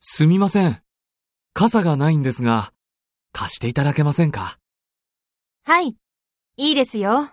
すみません。傘がないんですが、貸していただけませんかはい、いいですよ。